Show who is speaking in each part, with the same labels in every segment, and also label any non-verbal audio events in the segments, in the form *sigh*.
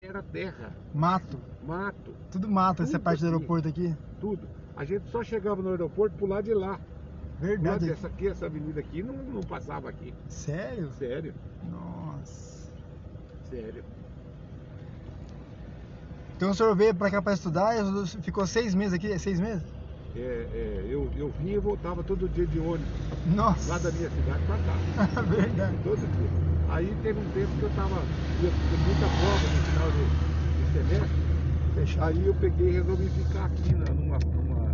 Speaker 1: era terra,
Speaker 2: Mato.
Speaker 1: mato,
Speaker 2: Tudo mato essa
Speaker 1: Tudo
Speaker 2: parte do
Speaker 1: aqui.
Speaker 2: aeroporto aqui.
Speaker 1: tudo. A gente só chegava no aeroporto pro lado de lá. Pro lado
Speaker 2: Verdade.
Speaker 1: dessa aqui, essa avenida aqui, não, não passava aqui.
Speaker 2: Sério?
Speaker 1: Sério,
Speaker 2: Nossa.
Speaker 1: sério.
Speaker 2: Então o senhor veio pra cá pra estudar e o senhor ficou seis meses aqui? É Seis meses?
Speaker 1: É, é, eu, eu vinha e voltava todo dia de ônibus,
Speaker 2: Nossa.
Speaker 1: lá da minha cidade pra cá.
Speaker 2: *laughs* É Verdade.
Speaker 1: Todo dia. Aí teve um tempo que eu tava eu tinha muita prova no final de, de semestre.
Speaker 2: Fechado.
Speaker 1: Aí eu peguei e resolvi ficar aqui na, numa, numa, numa-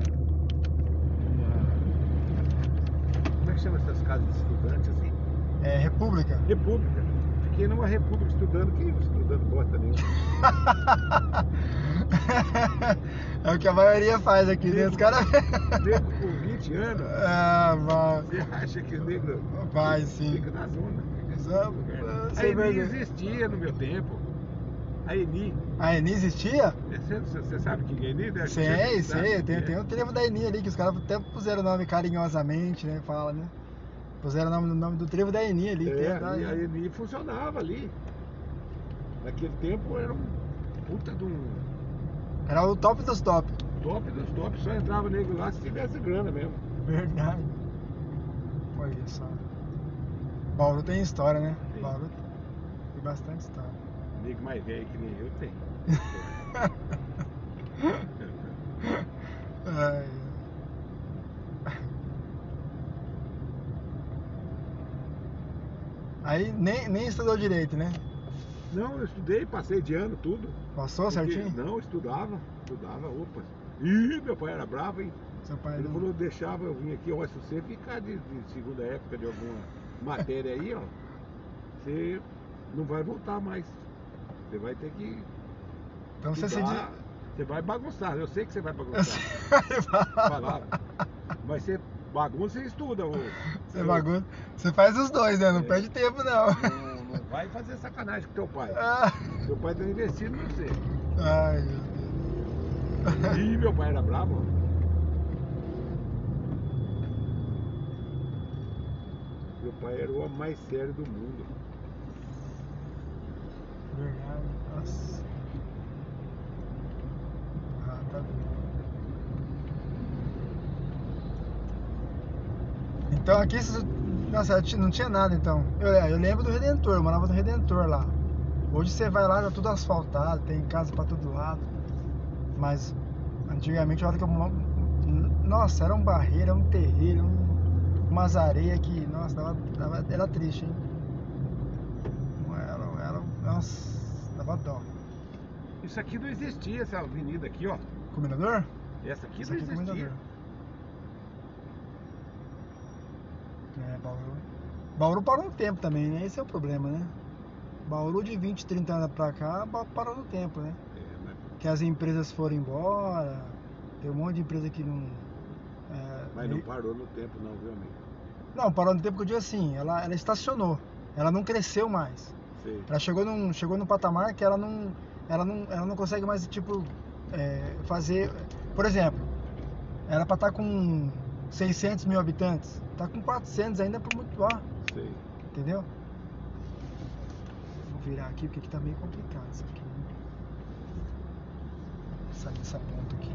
Speaker 1: Como é que chama essas casas de estudante assim?
Speaker 2: É, República. *laughs*
Speaker 1: República. Fiquei numa república estudando, que estudando bosta nenhuma.
Speaker 2: é o que a maioria faz aqui, né? Os caras.
Speaker 1: Nego com 20 anos,
Speaker 2: *laughs* ah, vai.
Speaker 1: você acha que o negro
Speaker 2: Vai sim.
Speaker 1: fica na zona.
Speaker 2: Só-
Speaker 1: A
Speaker 2: sem
Speaker 1: Eni
Speaker 2: vergonha.
Speaker 1: existia no meu tempo. A Eni.
Speaker 2: A Eni Ah, existia?
Speaker 1: Você, você sabe quem é Eni, né?
Speaker 2: Sei, sei.
Speaker 1: Sabe quem é.
Speaker 2: Tem, tem o trevo da Eni ali, que os caras até puseram o nome carinhosamente, né? Fala, né? Puseram o nome, o nome do trevo da Eni ali.
Speaker 1: É,
Speaker 2: tem tá né? a-
Speaker 1: e a Eni funcionava ali. Naquele tempo era um puta de um
Speaker 2: Era o top dos top.
Speaker 1: top dos tops, só entrava nego lá se tivesse grana mesmo.
Speaker 2: Verdade. Olha só. Bauru tem história, né?
Speaker 1: Tem.
Speaker 2: Bauru tem bastante história.
Speaker 1: Nego mais velho que nem eu tem.
Speaker 2: Ai, ai. Aí nem, nem estudou direito, né?
Speaker 1: Não, eu estudei, passei de ano, tudo.
Speaker 2: Passou
Speaker 1: Porque-
Speaker 2: certinho?
Speaker 1: Não, estudava, estudava, opa. Ih, meu pai era bravo, hein?
Speaker 2: Seu pai
Speaker 1: Ele
Speaker 2: não-
Speaker 1: falou, deixava eu vir aqui, ó, se você ficar de, de segunda época de alguma matéria aí, ó, você não vai voltar mais. Você vai ter que *laughs*
Speaker 2: Então você se
Speaker 1: estudar,
Speaker 2: diz.
Speaker 1: você vai bagunçar, eu sei que você vai
Speaker 2: Eu
Speaker 1: bagunçar.
Speaker 2: *laughs* sei-
Speaker 1: Falava. Mas você bagunça e estuda, ô.
Speaker 2: *laughs* Você bagunça. Você faz os dois, né? Não
Speaker 1: É.
Speaker 2: perde tempo, não. *laughs*
Speaker 1: Não, não vai fazer sacanagem com teu pai.
Speaker 2: Ah,
Speaker 1: Teu pai tá investindo em você.
Speaker 2: Ai, meu Deus.
Speaker 1: Ih, meu pai era bravo. Meu pai era o homem mais sério do mundo.
Speaker 2: Verdade. Nossa. Ah, tá bom. Então aqui. vocês- Nossa, ti- não tinha nada então. Eu, é, eu lembro do Redentor, eu morava no Redentor lá. Hoje você vai lá, tá tudo asfaltado, tem casa pra todo lado. Mas antigamente, a hora que eu. mo- Nossa, era um barreiro, era um terreiro, um, umas areias que. Nossa, dava, dava- era triste, hein? Era, era, nossa, dava dó.
Speaker 1: Isso aqui não existia, essa avenida aqui, ó.
Speaker 2: Comendador?
Speaker 1: Essa aqui
Speaker 2: Isso
Speaker 1: não
Speaker 2: aqui é
Speaker 1: existia.
Speaker 2: comendador. É, Bauru. Bauru parou um tempo também, né? Esse é o problema, né? Bauru de 20, 30 anos pra cá ba- parou no tempo, né?
Speaker 1: É, mas,
Speaker 2: Que as empresas foram embora, tem um monte de empresa que não. é,
Speaker 1: mas não parou no tempo não, viu, amigo?
Speaker 2: não, parou no tempo que eu digo assim, ela, ela estacionou, ela não cresceu mais.
Speaker 1: Sei.
Speaker 2: Ela chegou num, chegou num patamar que ela não, ela não, ela não consegue mais, tipo, é, fazer. Por exemplo, era pra estar com 600 mil habitantes, tá com 400 ainda por muito lá,
Speaker 1: Sei.
Speaker 2: entendeu? Vou virar aqui porque aqui tá meio complicado isso aqui. né? Essa, essa ponta aqui.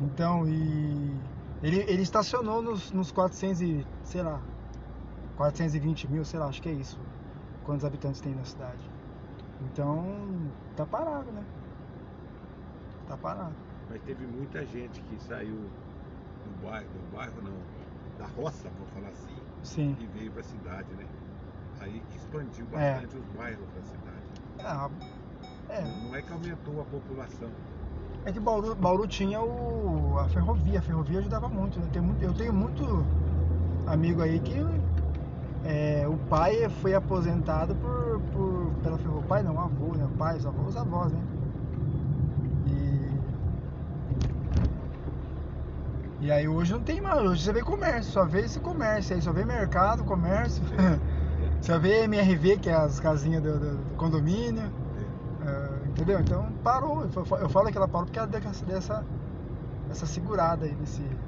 Speaker 2: Então, e. Ele, ele estacionou nos, nos 400 e. sei lá. 420 mil, sei lá, acho que é isso. Quantos habitantes tem na cidade. Então, tá parado, né? Tá parado.
Speaker 1: Mas teve muita gente que saiu do bairro, do bairro não, da roça, vou falar assim,
Speaker 2: Sim.
Speaker 1: e veio pra cidade, né? Aí que expandiu
Speaker 2: É.
Speaker 1: bastante os bairros da cidade.
Speaker 2: Ah, é,
Speaker 1: Não é que aumentou a
Speaker 2: *laughs*
Speaker 1: população.
Speaker 2: É que Bauru, Bauru tinha o, a ferrovia, a ferrovia ajudava muito, né? Tem muito- eu tenho muito amigo aí que é, o pai foi aposentado por, por- pela ferrovia. Pai não, avô, né? Pai, os avós, os avós, né? E, e aí hoje não tem mais, hoje você vê comércio, só vê esse comércio aí, só vê mercado, comércio, *laughs*
Speaker 1: É,
Speaker 2: só vê MRV, que é as casinhas do- do- do condomínio.
Speaker 1: é,
Speaker 2: Ah, entendeu? Então parou. Eu fa- Eu falo que ela parou porque ela deu essa, deu essa, essa segurada aí nesse. Deu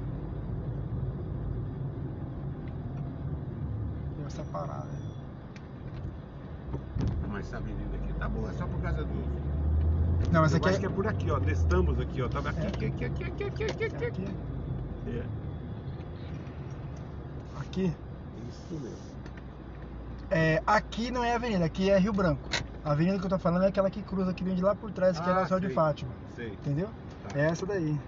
Speaker 2: essa parada.
Speaker 1: Mas essa avenida aqui tá boa só por causa do.
Speaker 2: Não, mas
Speaker 1: eu
Speaker 2: aqui
Speaker 1: acho que
Speaker 2: é.
Speaker 1: é por aqui, ó. Destamos aqui, ó. Tava aqui,
Speaker 2: É.
Speaker 1: aqui, aqui, aqui, aqui, aqui, aqui, aqui,
Speaker 2: Aqui.
Speaker 1: É,
Speaker 2: Aqui.
Speaker 1: isso mesmo.
Speaker 2: É, aqui não é avenida, aqui é Rio Branco. A avenida que eu tô falando é aquela que cruza, que vem de lá por trás, que é
Speaker 1: Ah,
Speaker 2: a Nossa Senhora de
Speaker 1: sei.
Speaker 2: Fátima.
Speaker 1: Sei.
Speaker 2: Entendeu?
Speaker 1: Tá.
Speaker 2: É essa daí.